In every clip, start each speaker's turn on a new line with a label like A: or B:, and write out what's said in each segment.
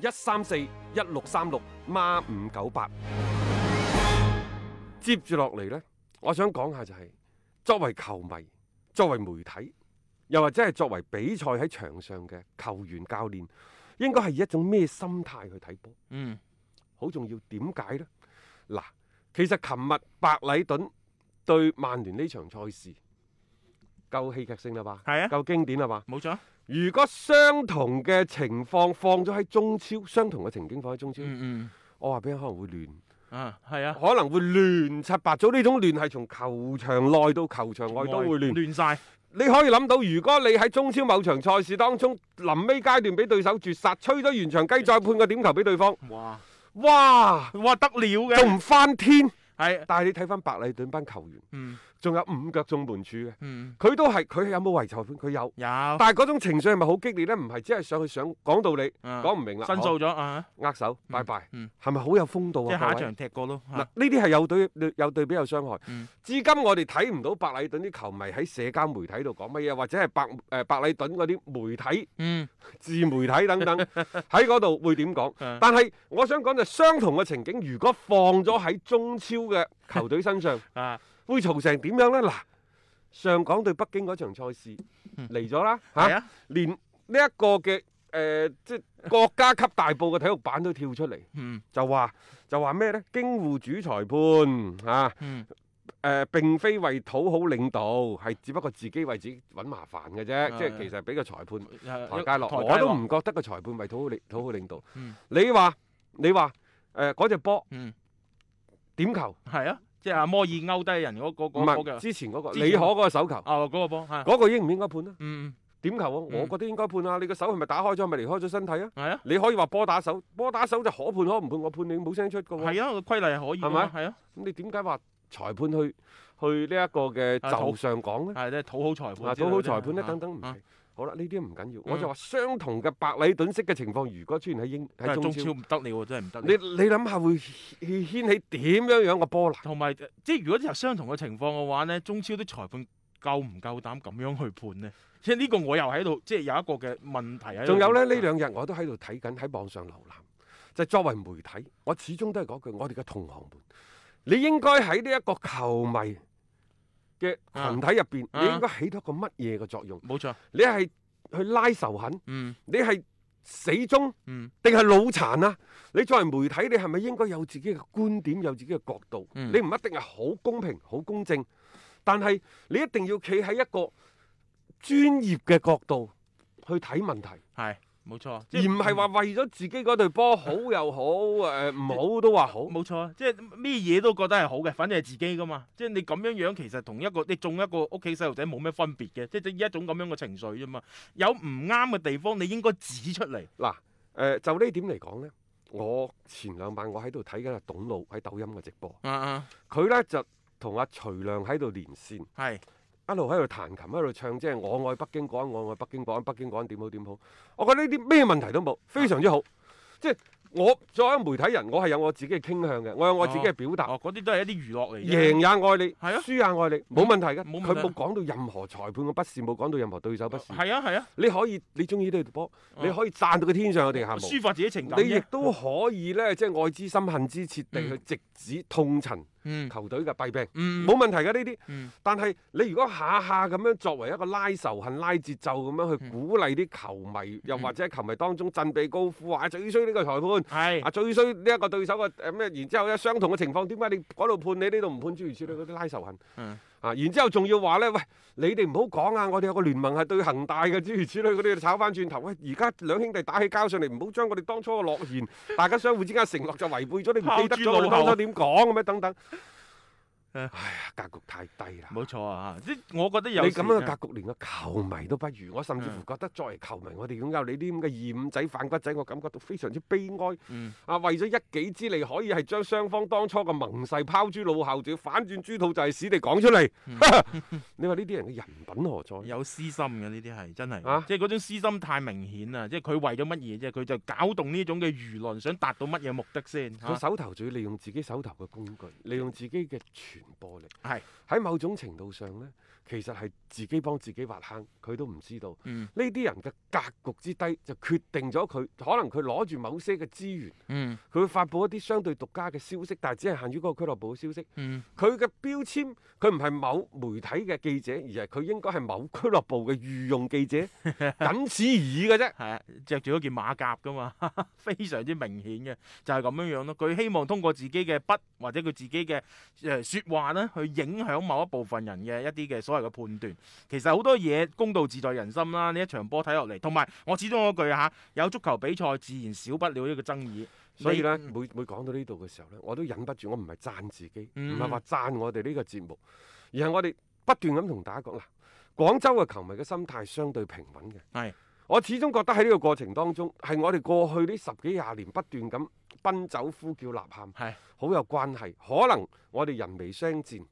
A: 一三四一六三六孖五九八。接住落嚟呢，我想講下就係、作為球迷、作為媒體，又或者係作為比賽喺場上嘅球員、教練，應該係以一種咩心態去睇波？
B: 嗯，
A: 好重要。點解呢？嗱，其實琴日白禮頓對曼聯呢場賽事夠戲劇性啦吧？
B: 係啊
A: 夠經典啦吧？
B: 冇錯。
A: 如果相同嘅情況放咗喺中超，相同嘅情景放喺中超，
B: 嗯
A: 我話俾你聽可能會亂，
B: 嗯，啊，係啊，
A: 可能會亂七八糟。呢種亂係從球場內到球場外都會亂。
B: 亂晒。
A: 你可以諗到，如果你喺中超某場賽事當中臨尾階段俾對手絕殺，吹咗完場雞再判個點球俾對方，
B: 哇，
A: 哇！
B: 哇得了嘅，
A: 仲唔翻天？
B: 係，
A: 但係你睇翻白禮頓班球員，
B: 嗯
A: 仲有五腳中門柱嘅，
B: 嗯，
A: 佢都係佢有冇圍裁判？佢有，
B: 有，
A: 但係嗰種情緒係咪好激烈呢？唔係，只係上去想講道理，
B: 啊
A: 講唔明啦，
B: 申訴咗啊，
A: 好握手，拜拜
B: 嗯，
A: 係咪好有風度
B: 即係
A: 啊？
B: 下
A: 各
B: 一
A: 位
B: 場踢過咯。
A: 嗱，
B: 啊
A: 呢啲係有對有對比有傷害。
B: 嗯
A: 至今我哋睇唔到白禮頓啲球迷喺社交媒體度講乜嘢，或者係白誒、白禮頓嗰啲媒體、
B: 嗯，
A: 自媒體等等喺嗰度會點講。
B: 啊
A: 但係我想講就相同嘅情景，如果放咗喺中超嘅球隊 身上。
B: 啊，
A: 會嘈成點樣呢？嗱，上港對北京嗰場賽事
B: 嗯
A: 嚟咗啦，嚇、
B: 係啊，
A: 連呢一個嘅誒、呃即係國家級大埔嘅體育版都跳出嚟，
B: 嗯
A: 就話就話咩呢？經護主裁判嚇誒、
B: 嗯，
A: 呃，並非為討好領導，係只不過自己為自己揾麻煩嘅啫，
B: 啊呃
A: 即係其實俾個裁判
B: 台
A: 台階落，我都唔覺得個裁判為討好領討好領導。
B: 嗯
A: 你話你話誒嗰只波
B: 嗯，
A: 點球
B: 係啊，即係阿摩爾勾低人嗰嗰
A: 唔
B: 嗰
A: 係
B: 嗰嘅，
A: 之前嗰、個
B: 之前
A: 李可嗰個手球，
B: 啊嗰個波係，
A: 嗰個應唔應該判呢？
B: 嗯
A: 點球啊？我
B: 嗯
A: 覺得應該判啊！你個手係咪打開咗，係咪離開咗身體啊？
B: 嗯，係啊，
A: 你可以話波打手，波打手就可判可唔判，我判你冇聲出噶喎。咁
B: 係啊，個規例係可以㗎嘛，係啊，
A: 你點解話裁判去去呢一個嘅
B: 啊討
A: 就上講呢？
B: 係即係討好裁判
A: 啊，
B: 之類嗰
A: 討
B: 啲啊，
A: 好裁判呢？等等唔
B: 啊
A: 係。好啦，呢啲唔緊要，我
B: 嗯
A: 就話相同嘅白禮頓式嘅情況，如果出現喺英喺
B: 但係
A: 中
B: 中
A: 超
B: 超，唔得了喎，真係唔得了
A: 你。你諗下會掀掀起點樣樣嘅波瀾？
B: 同埋呃即係如果有相同嘅情況嘅話呢，中超啲裁判夠唔夠膽咁樣去判呢？即係呢個我又喺度，即係有一個嘅問題喺度。啊
A: 仲有咧，呢兩日我都喺度睇緊，喺網上瀏覽。就作為媒體，我始終都係嗰句，我哋嘅同行們，你應該喺呢一個球迷嘅群體入邊，
B: 啊
A: 你應該起到一個乜嘢嘅作用？
B: 冇錯，
A: 你係去拉仇恨，
B: 嗯
A: 你係死忠
B: 嗯
A: 定係腦殘啊？你作為媒體，你係咪應該有自己嘅觀點，有自己嘅角度？
B: 嗯
A: 你唔一定係好公平、好公正，但係你一定要企喺一個專業嘅角度去睇問題。
B: 係冇錯，
A: 而唔係話為咗自己嗰隊波好又好，誒、唔好都話好。
B: 嗯冇錯，即係咩嘢都覺得係好嘅，反正係自己噶嘛。即係你咁樣樣，其實同一個你中一個屋企細路仔冇咩分別嘅，即係一種咁樣嘅情緒啫嘛。有唔啱嘅地方，你應該指出嚟。
A: 嗱，誒、就呢點嚟講呢，我前兩晚我喺度睇緊阿董路喺抖音嘅直播，
B: 啊啊，
A: 佢呢就同阿徐亮喺度連線，
B: 係
A: 一路喺度彈琴，喺度唱，即係我愛北京港，我愛北京港，北京港點好點好。我覺得呢啲咩問題都
B: 啊
A: 冇，非常之好。即係我作為一個媒體人，我係有我自己嘅傾向嘅，我有我自己嘅表達。
B: 哦，嗰啲都係一啲娛樂嚟嘅。
A: 贏也愛你，
B: 係啊
A: 輸也愛你，冇問題嘅。
B: 冇
A: 佢
B: 問題啊
A: 冇講到任何裁判嘅不是，冇講到任何對手不是。
B: 係啊係啊，
A: 你可以你中意呢隊波，
B: 哦
A: 你可以讚到佢天上有地下無。
B: 抒發自己情感
A: 啊你亦
B: 啫。
A: 都可以呢，即係愛之深恨之切地去
B: 嗯
A: 直指痛陳
B: 嗯
A: 球隊嘅弊病，
B: 嗯
A: 冇問題嘅呢啲。
B: 嗯
A: 但係你如果下下咁樣作為一個拉仇恨、拉節奏咁樣去
B: 嗯
A: 鼓勵啲球迷，又
B: 嗯
A: 或者喺球迷當中振臂高呼話最衰呢個裁判。
B: 係。
A: 啊！最衰呢一個對手嘅誒咩？然之後咧，相同嘅情況，點解你嗰度判你，呢度唔判？諸如此類嗰啲拉仇恨。
B: 嗯
A: 啊！然之後仲要話咧，喂，你哋唔好講啊！我哋有個聯盟係對恒大嘅，諸如此類嗰啲，炒翻轉頭。喂，而家兩兄弟打起交上嚟，唔好將我哋當初嘅諾 言，大家相互之間承諾就違背咗，你唔記得咗我哋當初點講嘅咩？等等。唉
B: 啊
A: 呀，格局太低啦。
B: 冇錯啊！即係我覺得有
A: 你
B: 時
A: 咁樣
B: 啊
A: 嘅格局，連個球迷都不如。我甚至乎
B: 嗯
A: 覺得作為球迷，我哋擁有你啲咁嘅二五仔、反骨仔，我感覺到非常之悲哀。
B: 嗯
A: 啊，為咗一己之利，可以係將雙方當初嘅盟誓拋諸腦後，仲要反轉豬肚就係屎地講出嚟。 你話呢啲人嘅人品何在？
B: 嗯有私心嘅呢啲係真係，
A: 啊
B: 即係嗰種私心太明顯啊啦！即係佢為咗乜嘢啫？佢就搞動呢種嘅輿論，想達到乜嘢目的先？
A: 佢
B: 嚇
A: 手頭仲要利用自己手頭嘅工具，利用自己嘅傳播力。
B: 係
A: 喺某種程度上呢，其實係自己幫自己挖坑，佢都唔知道。
B: 嗯
A: 呢啲人嘅格局之低，就決定咗佢可能佢攞住某些嘅資源，
B: 嗯
A: 佢會發布一啲相對獨家嘅消息，但係只係限於嗰個俱樂部嘅消息。
B: 嗯
A: 佢嘅標籤，佢唔係某媒體嘅記者，而係佢應該係某俱樂部嘅御用記者，僅此而已嘅啫。
B: 係啊着住嗰件馬甲噶嘛， 非常之明顯嘅，就係咁樣樣咯。佢希望通過自己嘅筆或者佢自己嘅誒説話呢，去影響某一部分人嘅一啲嘅所謂嘅判斷。其實好多嘢公道自在人心啦。呢一場波睇落嚟，同埋我始終嗰句嚇，有足球比賽自然少不了呢個爭議。
A: 所以呢，
B: 你
A: 每每講到呢度嘅時候呢，我都忍不住，我唔係讚自己，唔
B: 嗯
A: 係話讚我哋呢個節目，而係我哋不斷咁同大家講嗱，廣州嘅球迷嘅心態相對平穩嘅。
B: 係
A: 我始終覺得喺呢個過程當中，係我哋過去呢十幾廿年不斷咁奔走、呼叫、吶喊，
B: 係
A: 好有關係。可能我哋人微相戰，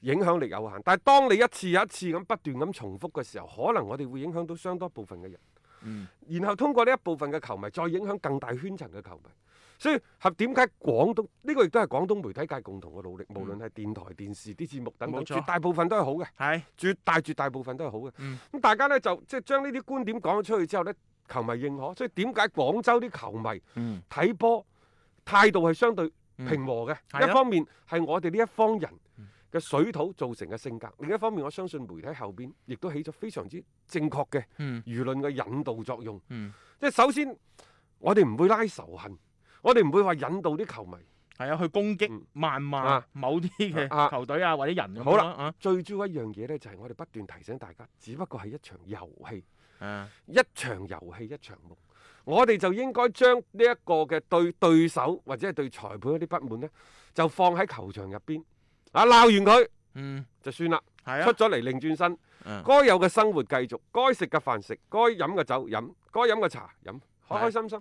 A: 影響力有限。但係當你一次又一次咁不斷咁重複嘅時候，可能我哋會影響到相當部分嘅人，
B: 嗯
A: 然後通過呢一部分嘅球迷，再影響更大圈層嘅球迷。所以係點解廣東呢、個亦都係廣東媒體界共同嘅努力，無論係電台、電視啲節目等等，
B: 嗯冇錯
A: 絕大部分都係好嘅。
B: 係
A: 絕大絕大部分都係好嘅。咁、
B: 嗯
A: 大家呢，就即係將呢啲觀點講咗出去之後呢，球迷認可，所以點解廣州啲球迷
B: 嗯
A: 睇波態度係相對
B: 嗯
A: 平和嘅？
B: 係啊
A: 一方面係我哋呢一方人
B: 嗯
A: 嘅水土造成嘅性格，另一方面我相信媒體後邊亦都起咗非常之正確嘅
B: 嗯
A: 輿論嘅引導作用。
B: 嗯
A: 即係首先，我哋唔會拉仇恨，我哋唔會話引導啲球迷。
B: 係啊，去攻擊
A: 嗯
B: 漫罵
A: 啊
B: 某啲
A: 啊
B: 嘅球隊啊或者人咁
A: 好啦
B: 樣啊
A: 最主要一樣嘢呢，就係我哋不斷提醒大家，只不過係一場遊戲。
B: 啊
A: 一場遊戲一場夢，我哋就應該將呢一個嘅對對手或者係對裁判嗰啲不滿呢，就放喺球場入邊啊鬧完佢
B: 嗯
A: 就算啦，
B: 係
A: 出
B: 啊
A: 咗嚟擰轉身，
B: 嗯
A: 該有嘅生活繼續，該食嘅飯食，該飲嘅酒飲，該飲嘅茶飲，開開心心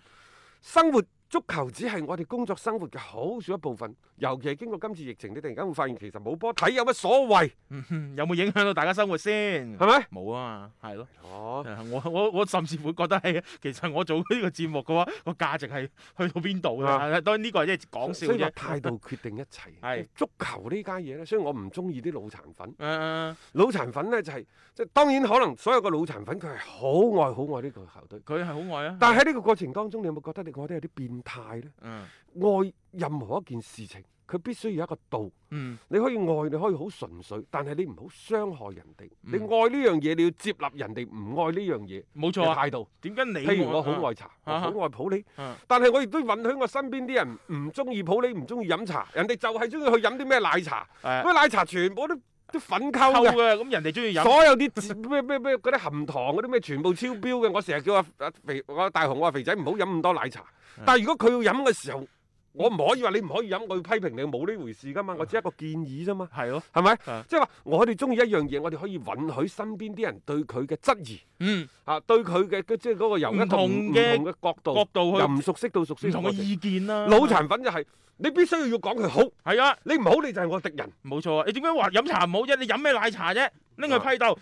A: 生活。足球只係我哋工作生活嘅好少一部分，尤其係經過今次疫情，你突然間會發現其實冇波睇有乜所謂，
B: 嗯哼有冇影響到大家生活先？
A: 係咪？
B: 冇啊嘛，係咯。
A: 哦，
B: 誒我我我甚至會覺得係，其實我做呢個節目嘅話，個價值係去到邊度
A: 啊
B: 嘅？當然呢個係即係講笑
A: 所以話
B: 啫。
A: 態度決定一切。
B: 係
A: 足球呢家嘢呢，所以我唔中意啲腦殘粉。
B: 誒，
A: 腦殘粉呢，就係即係當然可能所有嘅腦殘粉佢係好愛好愛呢個球隊，
B: 佢係好愛啊。
A: 但係喺呢個過程當中，你有冇覺得你愛得有啲變態呢？
B: 嗯
A: 愛任何一件事情，佢必須要有一個度，
B: 嗯
A: 你可以愛，你可以好純粹，但係你唔好傷害人哋。
B: 嗯
A: 你愛呢樣嘢，你要接納人哋唔愛呢樣嘢
B: 冇錯
A: 嘅
B: 啊。
A: 態度。
B: 點解你
A: 譬如我好愛茶，我
B: 啊
A: 好愛普洱，
B: 啊
A: 但係我亦都允許我身邊啲人唔中意普洱，唔中意飲茶，人哋就係中意去飲啲咩奶茶，
B: 啊誒
A: 嗰啲奶茶全部都都粉溝
B: 溝
A: 嘅。
B: 嘅，咁人哋中意飲。
A: 所有啲字咩咩咩嗰啲含糖嗰啲咩全部超標嘅，我成日叫阿阿肥我阿大雄我話肥仔唔好飲咁多奶茶
B: 嗯。
A: 但係如果佢要飲嘅時候，我唔可以話你唔可以飲，我要批評你冇呢回事噶嘛，我只係一個建議啫嘛，
B: 係咯。
A: 係咪
B: 嗯？
A: 即係話我哋中意一樣嘢，我哋可以允許身邊啲人對佢嘅質疑
B: 嗯，
A: 啊，對佢嘅即係嗰個由一個
B: 唔同
A: 唔
B: 嘅
A: 同嘅角度，
B: 角度去
A: 由唔熟悉到熟悉
B: 唔同嘅
A: 過程
B: 意見啊啦。
A: 腦殘粉就係你必須要講佢好，
B: 係啊。
A: 你唔好你就係我敵 人。
B: 冇錯啊！你點解話飲茶唔好啫？你飲咩奶茶啫？拎去批鬥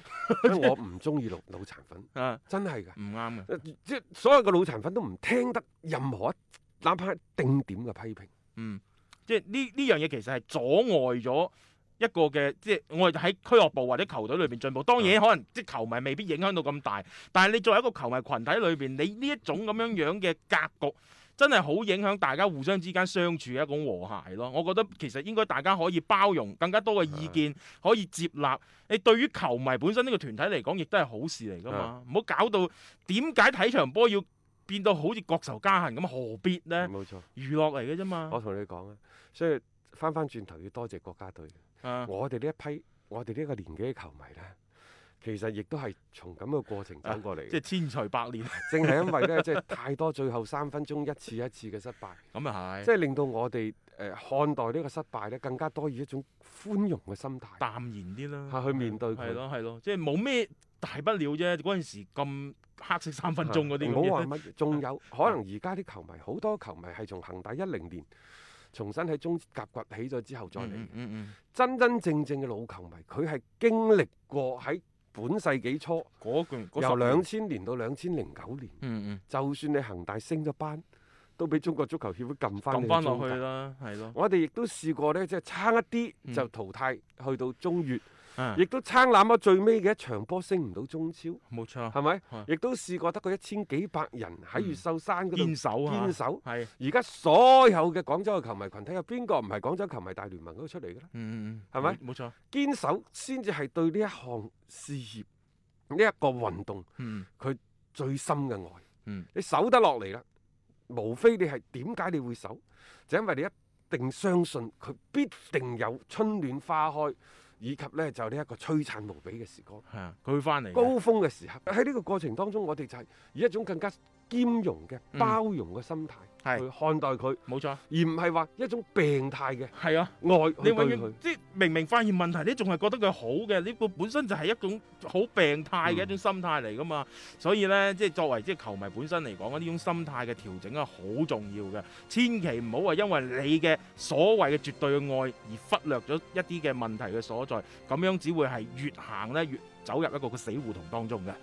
A: 我唔中意腦腦殘粉，
B: 啊，
A: 真係㗎。
B: 唔啱嘅。
A: 呃即係所有嘅腦殘粉都唔聽得任何一哪怕一定點嘅批評。
B: 嗯，即係呢呢樣嘢其實係阻礙咗一個嘅，即係我哋喺俱樂部或者球隊裏邊進步。當然可能即係球迷未必影響到咁大，但係你作為一個球迷群體裏邊，你呢一種咁樣樣嘅格局。真係好影響大家互相之間相處嘅一種和諧咯。我覺得其實應該大家可以包容更加多嘅意見，可以接納。你對於球迷本身呢個團體嚟講，亦都係好事嚟噶嘛。唔好搞到點解睇場波要變到好似國仇家恨咁，何必呢？
A: 冇錯，
B: 娛樂嚟嘅啫嘛。
A: 我同你講啊，所以翻翻轉頭要多謝國家隊。
B: 啊
A: 我哋呢一批，我哋呢個年紀嘅球迷呢，其實亦都係從咁嘅過程走過嚟
B: 啊即
A: 嘅。
B: 係千錘百煉，
A: 正 係因為呢，即係太多最後三分鐘一次一次嘅失敗，
B: 咁啊係，
A: 即係令到我哋誒、誒看待呢個失敗咧，更加多以一種寬容嘅心態。
B: 淡然啲啦，
A: 嚇去面對佢
B: 係咯係咯，即係冇咩大不了啫。嗰陣時咁黑色三分鐘嗰啲咁嗯啊
A: 唔好
B: 嘢
A: 話乜 嘢，仲有可能而家啲球迷好多球迷係從恒大一零年重新喺中甲崛起咗之後再嚟，
B: 嗯嗯嗯，
A: 真真正正嘅老球迷，佢係經歷過喺本世紀初
B: 嗰段嗰
A: 由
B: 十年
A: 兩千年到兩千零九年，
B: 嗯
A: 就算你恒大升咗班，都俾中國足球協會撳
B: 嗯
A: 翻
B: 撳翻落去啦，係咯，
A: 我哋亦都試過呢，即係差一啲
B: 嗯
A: 就淘汰，去到中乙，
B: 啊
A: 亦都差那麼最尾嘅一場波升唔到中超，
B: 冇錯，
A: 係咪
B: 係？
A: 亦都試過得個一千幾百人喺越秀山嗰
B: 堅
A: 度
B: 守嗯啊
A: 堅，守。
B: 係
A: 而家所有嘅廣州嘅球迷群體，有邊個唔係廣州球迷大聯盟嗰度出嚟嘅咧？
B: 嗯嗯嗯，
A: 係咪
B: 冇冇錯，
A: 堅守先至係對呢一項事業、呢一個運動
B: 嗯
A: 最深嘅愛。
B: 嗯
A: 你守得落嚟啦，無非你係點解你會守，就因為你一定相信佢必定有春暖花開，以及呢就呢一個璀璨無比嘅時光。
B: 係啊，佢會翻嚟嘅，
A: 高峰嘅時刻，喺呢個過程當中，我哋就係以一種更加兼容嘅、
B: 嗯
A: 包容嘅心態
B: 係
A: 去看待佢，
B: 冇錯，
A: 而唔係話一種病態嘅
B: 係啊。
A: 愛
B: 你
A: 去
B: 永
A: 對
B: 遠
A: 佢。
B: 即係明明發現問題，你仲係覺得佢好嘅，呢個本身就係一種好病態嘅一種心態嚟噶嘛。所以呢，即係作為即係球迷本身嚟講，呢種心態嘅調整係好重要嘅。千祈唔好話因為你嘅所謂嘅絕對嘅愛而忽略咗一啲嘅問題嘅所在，咁樣只會係越行呢越走入一個個死胡同當中嘅。